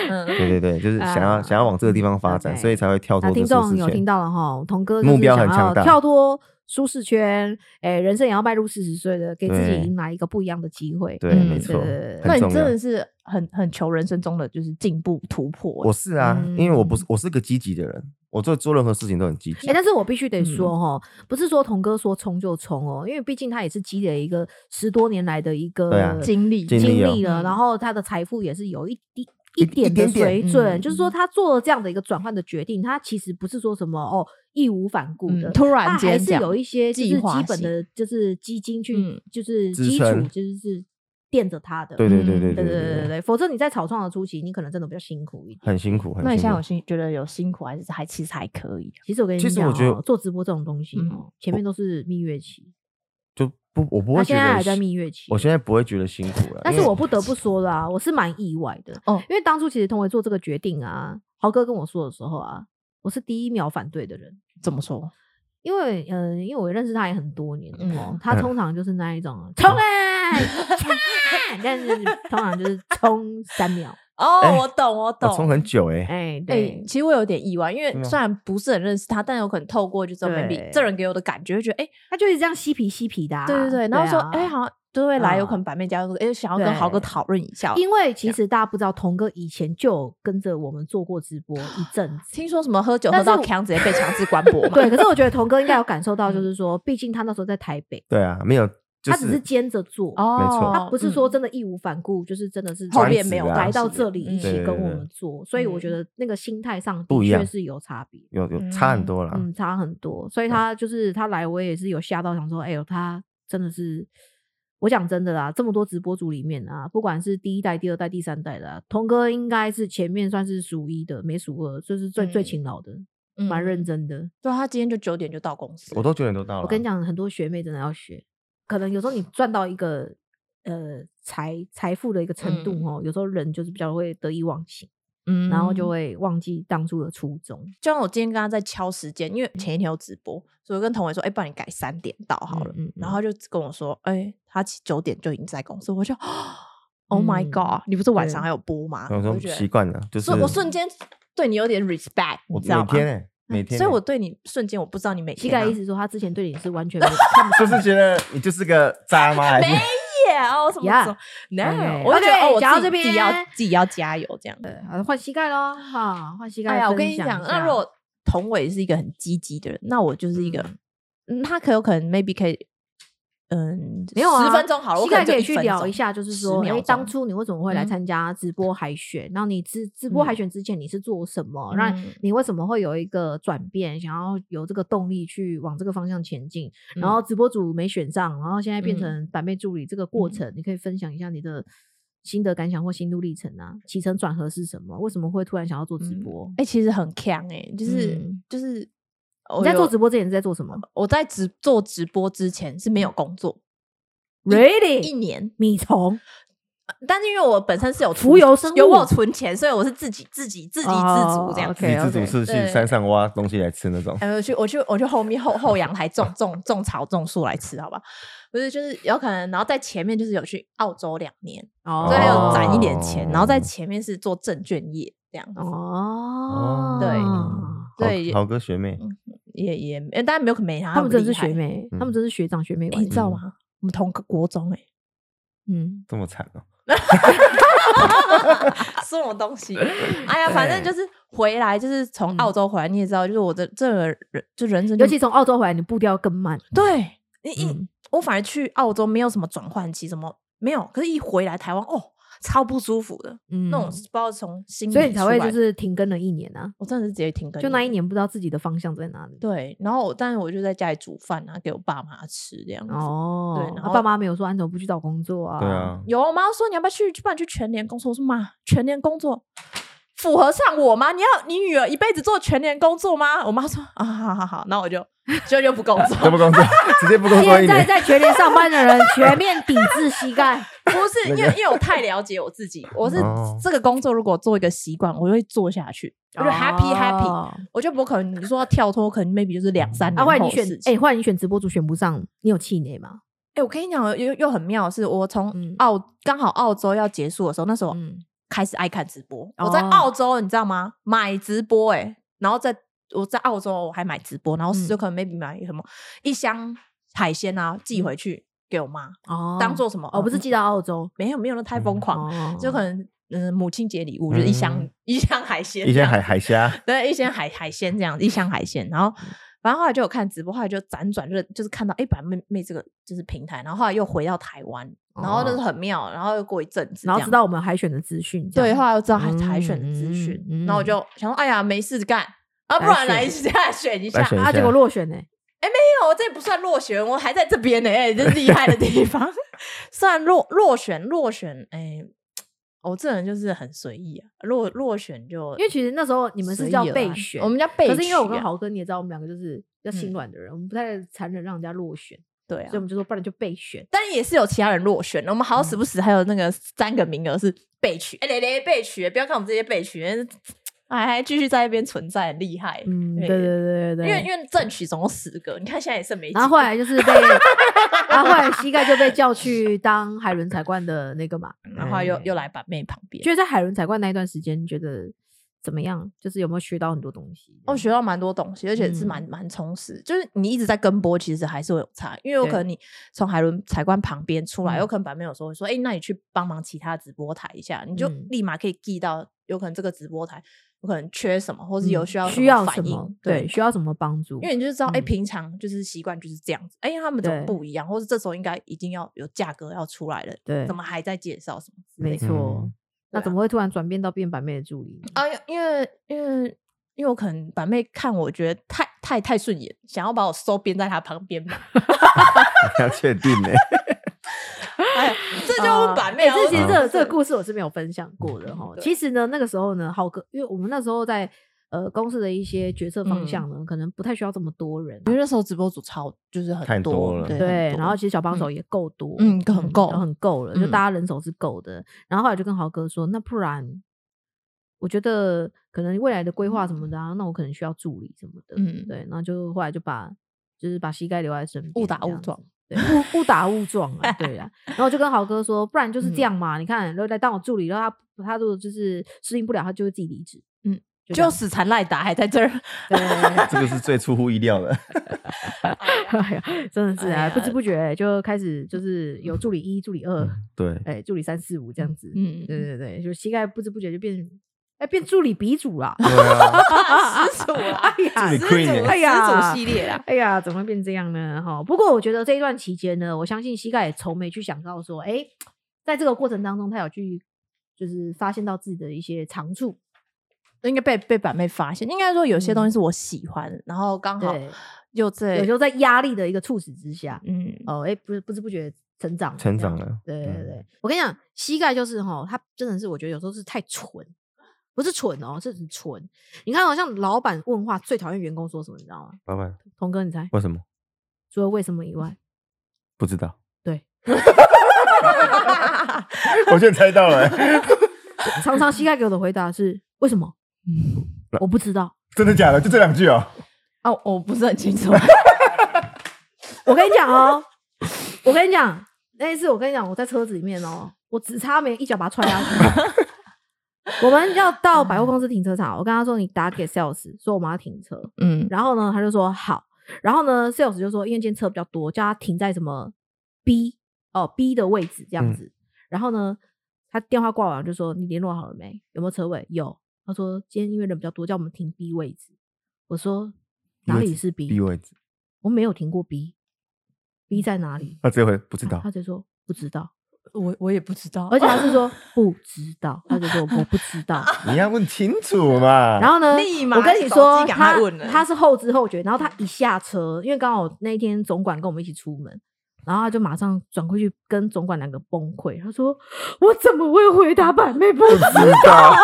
B: 嗯，
C: 对对对，就是想要、
A: 啊
C: 想要往这个地方发展，
A: OK
C: 所以才会跳脱
A: 那
C: 这
A: 听
C: 舒适
A: 众
C: 圈。
A: 有听到了哈，童哥就是
C: 目标很
A: 想要
C: 强大
A: 跳脱舒适圈，哎，人生也要迈入四十岁的，给自己
C: 对
A: 迎来一个不一样的机会。
C: 对，
B: 嗯
C: 没
A: 对
C: 错，
A: 对
B: 那
C: 很
B: 你
C: 重
B: 真
C: 要
B: 的。是很很求人生中的就是进步突破
C: 我
B: 欸。
C: 是啊，因为我不
A: 嗯
C: 是我是个积极的人，我做做任何事情都很积极
A: 哎、。但是我必须得
B: 嗯
A: 说哈、不是说童哥说冲就冲哦，因为毕竟他也是积累一个十多年来的一个
C: 对啊
B: 经历
C: 经
A: 经
C: 历哦
A: 历了，
B: 嗯
A: 然后他的财富也是有一滴。
C: 一
A: 一点
C: 一
A: 的
C: 点点
A: 水准，
B: 嗯
A: 就是说他做了这样的一个转换的决定，他其实不是说什么哦义无反顾的，
B: 嗯突然
A: 他啊还
B: 间
A: 是
B: 这样
A: 有一些就是
B: 计划
A: 基本
B: 性
A: 的，就是基金去，
B: 嗯
A: 就是
C: 支
A: 基础
C: 撑
A: 就是是垫着他的。
C: 对对对
B: 嗯
A: 对
C: 对对
A: 对对
C: 对，
A: 对，否则你在草创的初期，你可能真的比较辛苦一点。
C: 很辛苦，很
B: 那你
C: 辛
B: 现在
C: 苦
B: 有。辛觉得有辛苦还是还其实还可以？啊
A: 其实我跟你
C: 其
A: 讲、
C: 实
A: 哦，
C: 我觉得
A: 做直播这种东西
B: 嗯
A: 哦，前面都是蜜月期，
C: 就不我不
A: 他
C: 会觉
A: 现在还
C: 得
A: 在
C: 辛，
A: 蜜月期。
C: 我现在不会觉得辛苦了。
A: 但
C: 因
A: 是
C: 为
A: 我不得不说啦、我是蛮意外的
B: 哦
A: 因为当初其实同为做这个决定啊，豪哥跟我说的时候啊，我是第一秒反对的人。
B: 怎么说？
A: 因为，嗯、因为我认识他也很多年了哦，
B: 嗯
A: 他通常就是那一种冲啊，冲啊， 但是通常就是冲三秒，
B: 哦
C: 哎
B: 懂，我
C: 我冲很久哎，
A: 哎、
B: 哎、
A: 对，
B: 其实我有点意外，因为
C: 真的吗
B: 虽然不是很认识他，但有可能透过就是
A: 对
B: maybe 这人给我的感觉，会觉得哎、
A: 他就是这样嬉皮嬉皮的、啊，
B: 对对对，然后说
A: 啊
B: 哎、好像就会来，有
A: 嗯
B: 可能版面加入，哎、想要跟豪哥
A: 对
B: 讨论一下。哦
A: 因为其实大家不知道，童哥以前就有跟着我们做过直播一阵子。
B: 听说什么喝酒
A: 但
B: 喝
A: 是
B: 到
A: 我
B: 强直接被强制关播嘛？
A: 对，可是我觉得童哥应 该有感受到，就是说，毕竟他那时候在台北，
C: 对啊，没有，嗯就
A: 他只是兼着做，
B: 哦，
C: 没错
A: 啊他不是
B: 嗯
A: 说真的义无反顾，就是真的是
B: 后
C: 专
B: 面
C: 职
B: 没有
C: 啊
A: 来
B: 来
A: 到
B: 到
A: 这
B: 这
A: 里
B: 里
A: 一
B: 一
A: 起
B: 起
C: 对
A: 跟我
C: 对
A: 们做，所以我觉
B: 嗯
A: 得那个心态上
C: 不
A: 的
C: 一
A: 确
C: 样
A: 是有差别，
C: 有有差很
B: 嗯
C: 多啦。
A: 嗯，差很多。所以他就是他来，我也是有吓到，想说，哎呦，他真的是。我讲真的啦，这么多直播主里面啊，不管是第一代、第二代、第三代的、啊，童哥应该是前面算是数一的，没数二，就是最、最
B: 嗯
A: 勤劳的，
B: 嗯
A: 蛮认。真的。
B: 对他今天就九点就到公司，
C: 我都九点多到了。
A: 我跟你，讲，很多学妹真的要学，可能有时候你赚到一个呃财财富的一个程度
B: 嗯
A: 哦，有时候人就是比较会得意忘形，
B: 嗯
A: 然后就会忘记当初的初衷。
B: 就像我今天跟他在敲时间，因为前一天有直播，所以我跟同伟说，哎、不然你改三点到好了。
A: 嗯嗯嗯
B: 然后他就跟我说，哎、他其九点就已经在公司，我就，Oh my
A: 嗯
B: god！、你不是晚
A: 对
B: 上还有播吗？
C: 我
B: 我
C: 说
B: 就觉得
C: 习惯了，就是
B: 瞬我瞬间对你有点 respect，
C: 我
B: 你知道
C: 每
B: 吗？
C: 天哎，每
B: 嗯
C: 天欸，
B: 所以我对你瞬间我不知道你每
A: 膝
B: 天啊、
A: 盖一直说他之前对你是完全没看不
C: 就是觉得你就是个渣妈，还是
B: 没耶哦什么什么
A: OK，
B: ，no，我就觉得
A: OK，
B: 哦，我
A: 讲到
B: 自己
A: 这边
B: 自己要自己要加油这样。
A: 啊换膝盖喽，哈，换膝盖。
B: 哎呀，我跟你讲，那
A: 那
B: 如果童伟是一个很积极的人，那我就是一个，嗯他可有可能 maybe 可以，嗯，
A: 没有啊，
B: 十分钟好了，我
A: 膝盖
B: 能就
A: 可以
B: 1
A: 去
B: 分
A: 聊
B: 钟
A: 一下，就是
B: 10
A: 说，
B: 秒
A: 哎，
B: 钟
A: 当初你为什么会来
B: 嗯
A: 参加直播海选？然后你直直播海
B: 嗯
A: 选之前你是做什么？那
B: 嗯
A: 你为什么会有一个转变，想要有这个动力去往这个方向前进？然后直播主没选上，然后现在变
B: 嗯
A: 成版妹助理这个过程，你可以分享一下你的心得感想或心路历程啊，起承转合是什么？为什么会突然想要做直
B: 嗯
A: 播？
B: 哎、其实很强哎、就是、
A: 嗯
B: 就是
A: 你
B: 我
A: 在做
B: 有
A: 直播之前是在做什么
B: 我在直做直播之前是没有工作一
A: ？Really？
B: 年，
A: 米虫
B: 但是因为我本身是有
A: 浮
B: 存
A: 游生
B: 有
A: 物
B: 我有存钱，所以我是自己自己自给自足这样
A: 哦
B: 子。
C: 自己自
A: OK，OK
C: 主是
B: 对
C: 去山上挖东西来吃那种。
B: 哎，我去，我去，我去后面后后阳台种种种草种树来吃，好吧？不是，就是有可能，然后在前面就是有去澳洲两年，
A: 哦
B: 所以有攒一点钱，然后在
C: 哦
B: 前面是做证券业这样子，
A: 哦，
B: 对
C: 哦
B: 对
C: 豪
B: 也
C: 豪哥学妹，
B: 也也，呃当然没有没他
A: 他们
B: 这
A: 真的是学，妹，嗯他们
C: 嗯
A: 真的是学长学妹
B: 哎
A: 关
B: 你
A: 系
B: 知。道吗？我们同个国中 哎、
A: 嗯，
C: 这么惨哦。
B: 什么东 西？哎呀，反正就是回来，就是从澳洲回来，你也知道，就是我的这个人，就人生
A: 嗯
B: 就，
A: 尤其从澳洲回来，你步调更慢。
B: 对你嗯一、
A: 嗯，
B: 我反而去澳洲没有什么转换期，什么没有，可是一回来台湾哦，超不舒服的。
A: 嗯
B: 那种不知道从心里出
A: 所
B: 来
A: 以
B: 的，
A: 你才会就是停更了一年啊，
B: 我真的是直接停更，
A: 就那一。年不知道自己的方向在哪里。
B: 对，然后我但是我就在家里煮饭啊，给我爸妈吃这样子。
A: 哦，
B: 对然
A: 啊
B: 后
A: 爸妈没有说安怎么不去找工作啊？
C: 对，啊，
B: 有我妈说你要不要去，去不然去全年工作。我说妈，全年工作符合上我吗？你要你女儿一辈子做全年工作吗？我妈说啊，好好好，那我就就就不工
C: 都
B: 作，
C: 不工作，直接不工作
A: 现哎
C: 一
A: 在
C: 年。
A: 在全年上班的人全面抵制膝盖。
B: 不是因为因为我太了解我自己，我是
C: 哦
B: 这个工作如果做一个习惯，我就会做下去， 我就 happy happy，、
A: 哦
B: 我就不可能你说要跳脱，可能 maybe 就是两三
A: 啊，
B: 年后
A: 换你
B: 的
A: 选
B: 事，情。
A: 哎，换你选直播主选不上，你有气馁吗？
B: 哎、我跟你讲，又又很妙的是，我从
A: 嗯
B: 澳刚、好澳洲要结束的时候，那时候
A: 嗯，
B: 开始爱看直播。
A: 哦
B: 我在澳洲，你知道吗？买直播哎、然后在我在澳洲我还买直播，然后
A: 嗯
B: 就可能 maybe 买什么一箱海鲜啊寄回去给我妈，
A: 哦
B: 当做什么？
A: 嗯哦，不是
B: 嗯
A: 寄到澳洲，
B: 没有没有那太疯狂，
A: 哦
B: 就可能嗯母亲节礼物就是一箱、
C: 嗯
B: 一箱海鲜，
C: 一些海海虾，
B: 对，一箱海海鲜这样子，一箱海鲜。然后，反正后来就有看直播，后来就辗转认，就是看到哎，诶把妹妹这个就是平台，然后后来又回到台湾，然后就是
A: 哦
B: 很妙，然后又过一阵子，
A: 然后知。道我们海选的资讯，这
B: 对，
A: 样
B: 后来又知道海海选的资
A: 嗯
B: 讯，
A: 嗯
B: 然后我就想说，哎呀，没事干啊，不然
A: 来
B: 来一下选一下。
C: 来选一
A: 啊，
C: 下
A: 结果落选呢，
B: 没有，我这不算落选，我还在这边呢、哎、这是厉害的 地方。虽然落落选，落选，哎、我这人就是很随意啊，落落选就
A: 因为其实那时候你们
B: 随
A: 是
B: 意
A: 叫
B: 了
A: 备
B: 啊
A: 选，
B: 我们叫备选、啊
A: 可是因为我跟豪哥你也知道，我们两个就是比较心软的人，我们不太残忍让人家落选，
B: 嗯对啊
A: 所以我，们就说不然就备选。
B: 但也是有其他人落选的。我们好死不
A: 嗯
B: 死还有那个三个名额是被取，哎、雷雷被取，不要看我们这些被取， 还还继续在那边存在，很厉害。
A: 嗯，对对对对对。
B: 因为因为正取总共十个，你看现在也剩没几个。
A: 然后后来 就是被，然后后来膝盖就被叫去当海伦彩冠的那个嘛，
B: 然后
A: 嗯
B: 又又来把妹旁边，
A: 觉得在海伦彩冠那一段时间，觉得怎么样？就是有没有学到很多东西？
B: 我哦学到蛮多东西，而且是
A: 嗯
B: 蛮蛮充实。就是你一直在跟播，其实还是会有差，因为有
A: 对
B: 可能你从海伦采观旁边出来，
A: 嗯
B: 有可能版面有时候会说，哎、那你去帮忙其他直播台一下，你就
A: 嗯
B: 立马可以记到，有可能这个直播台有可能缺什么，或是有需
A: 嗯
B: 要
A: 需要
B: 反
A: 什
B: 应
A: 么，，对，需要什么帮助？
B: 因为你就知道，哎、
A: 嗯
B: 平常就是习惯就是这样子，哎、他们怎么
A: 对
B: 不一样，或是这时候应该一定要有价格要出来了，
A: 对
B: 怎么还在介绍什么之
A: 没
B: 类的？
A: 错
C: 嗯，
A: 那
B: 对啊
A: 怎么会突然转变到变版妹的助理呢？
B: 啊，因为因为因为我可能板妹看我觉得太太太顺眼，想要把我收编在她旁边嘛，
C: 要确定 呢、
B: 哎，这就是板妹、
A: 哎
B: 啊，
A: 这其实这
B: 我真
A: 个
B: 的
A: 这个
B: 是
A: 故事我是没有分享过的哈。
B: 嗯对
A: 其实呢，那个时候呢，浩哥，因为我们那时候在呃公司的一些决策方
B: 嗯
A: 向呢，可能不太需要这么多人。
B: 因为那时候直播组超就是很
C: 太多
B: 多
C: 了
B: 对
A: 对，
B: 很多
A: 然后其实小帮手也够多，
B: 嗯很够
A: 很够了，就
B: 嗯
A: 大家人手是够的。然后后来就跟豪哥说，那不然我觉得可能未来的规划什么的啊，那我可能需要助理什么的，
B: 嗯
A: 对，然后就后来就把就是把膝盖留在身边，
B: 误打
A: 这
B: 误
A: 样子
B: 撞，
A: 对， 误误打误撞啊，对 啊。然后我就跟豪哥说，不然就是
B: 嗯
A: 这样嘛，你看，然后来当我助理，然后他他如果就是适应不了，他就会自己离职。
B: 嗯，
A: 就这
B: 就
A: 样
B: 死缠赖打还在这儿，
A: 对，
C: 这个是最出乎意料的。
A: 哎呀真的是
B: 哎
A: 啊，
B: 呀
A: 不知不觉就开始就是有助理一、助理二，
C: 对，
A: 哎，助理三四五这样子。
B: 嗯，
A: 对对对，就膝盖不知不觉就变哎变助理鼻祖 啦。
C: 对啊，
B: 始祖啊，
A: 哎呀
C: 助理 queen
B: 始
C: 欸
B: 祖
A: 哎呀
B: 始祖系列啊啦，
A: 哎呀，怎么会变这样呢？哈，不过我觉得这一段期间呢，我相信膝盖也从没去想到说，哎、在这个过程当中，他有去就是发现到自己的一些长处。
B: 应该被被板妹发现，应该说有些东西是我喜欢，然后刚好
A: 对，
B: 又在
A: 有时候在压力的一个促使之下，
B: 嗯
A: 哦，哎、不不知不觉成长了，
C: 成
A: 这样
C: 长了
A: 对对
C: 嗯
A: 对，我跟你讲，膝盖就是哈，他真的是我觉得有时候是太蠢，不是蠢哦，是很蠢。你看、哦，像老板问话最讨厌员工说什么，你知道吗？
C: 老板，
A: 童哥，你猜，
C: 为什么
A: 除了为什么以 外，
C: 不知道？
A: 对，
C: 我现在猜到了、欸
A: 常常膝盖给我的回答是为什么？ 我不知道。
C: 真的假的？就这两句哦、
B: 啊，我不是很清楚，
A: 我跟你讲哦，我跟你讲，那一次我跟你讲，我在车子里面哦，我只差没一脚把他踹下去。我们要到百货公司停车场，我跟他说你打给 sales，说我们要停车，
B: 嗯，
A: 然后呢他就说好，然后呢 sales 就说因为今天车比较多，叫他停在什么 B 哦 B 的位置这样
C: 嗯
A: 子，然后呢他电话挂完就说你联络好了没？有没有车位？有，他说今天因为人比较多，叫我们停 B 位置。我说哪里是 B？
C: B 位置，
A: 我没有停过
B: 嗯
A: B，B 在哪里？
C: 他啊这回不知道
A: 他，就说不知道，
B: 我我也不知 道，
A: 而 且他是说不知道，他就说我不知道。
C: 你要问清楚嘛。
A: 然后呢，
B: 啊立马
A: 我跟你
B: 手
A: 说，
B: 机赶
A: 他
B: 快问了嗯
A: 他是后知后觉，然后他一下车，因为刚好那一天总管跟我们一起出门。然后他就马上转过去跟总管两个崩溃，他说：“我怎么会回答板妹不知
C: 不知道
A: 道？”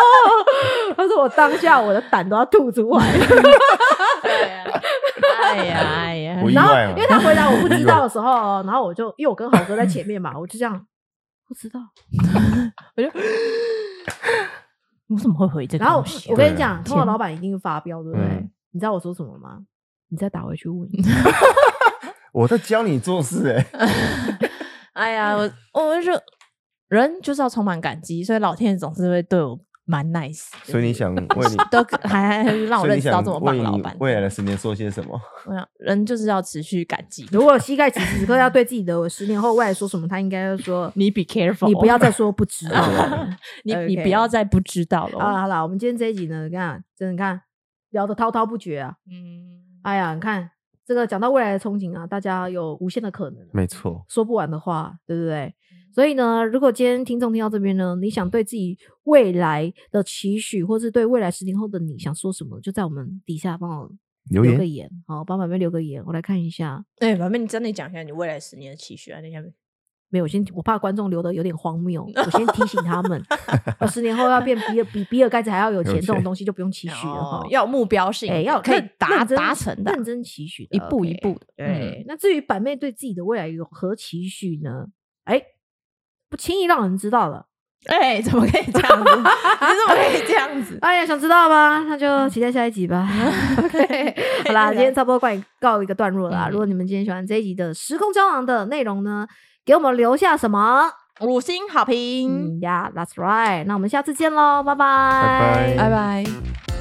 A: 他说：“我当下我的胆都要吐出 来了。”
B: 哎呀哎呀
C: 我意
A: 然后
C: 外嘛
A: 因为他回答我不知道的时候，哦然后我就因为我跟豪哥在前面嘛，我就这样不知道。
B: 我就我怎么会回这个
A: 然后
B: 东西啊？
A: 我跟你
C: 对
A: 讲，通
B: 天
A: 常老板一定发飙，对不对
C: 嗯？
A: 你知道我说什么吗？你再打回去问。
C: 我在教你做事哎、
B: 哎呀，我我就人就是要充满感激，所以老天爷总是会对我蛮 nice 的。
C: 所以你想为你，
B: 都 还还让我
C: 所以
B: 认
C: 你
B: 识到
C: 想
B: 这么棒
C: 为
B: 的老
C: 你
B: 板。
C: 未来的十年说些什么？
B: 我想人就是要持续感激。。
A: 如果膝盖此时此刻要对自己的我十年后未来说什么，他应该要说
B: 你 be careful，
A: 你不要再说不知道了。
B: 你你
A: OK
B: 不要再不知道了。哦
A: 好了好了，我们今天这一集呢，你看，真的你看聊得滔滔不绝啊！
B: 嗯，
A: 哎呀，你看这个讲到未来的憧憬啊，大家有无限的可能，啊
C: 没错，
A: 说不完的话，对不对？所
B: 嗯
A: 以呢，如果今天听众听到这边呢，你想对自己未来的期许，或是对未来十年后的你想说什么，就在我们底下帮我
C: 留
A: 个
C: 言
A: 言，好，帮板妹留个言，我来看一下。
B: 对，反正你真的讲一下你未来十年的期许啊，那下面
A: 没有，我先我怕观众留的有点荒 谬，我先提醒他们，我十年后要变比尔比比尔盖茨还要有钱，
C: 有
A: 这种
C: 钱
A: 东西就不用期许了哈。
B: 哦要有目标性，
A: 哎、要
B: 可以
A: 认
B: 达
A: 认真
B: 达成的，
A: 认真期许的，
B: 一步一
A: OK
B: 步的。嗯
A: 对，那至于板妹对自己的未来有何期许呢？哎、不轻易让人知道了。
B: 哎，怎么可以这 样子？你怎么可以这样子？
A: 哎呀，想知道吗？那就期待下一集吧。OK，好啦，今天差不多告一告一个段落啦。
B: 嗯
A: 如果你们今天喜欢这一集的时空胶囊的内容呢，给我们留下什么？嗯
B: 五星好评，嗯
A: 嗯呀、t h a t s right。那我们下次见喽，拜拜，
C: 拜拜
B: 拜拜。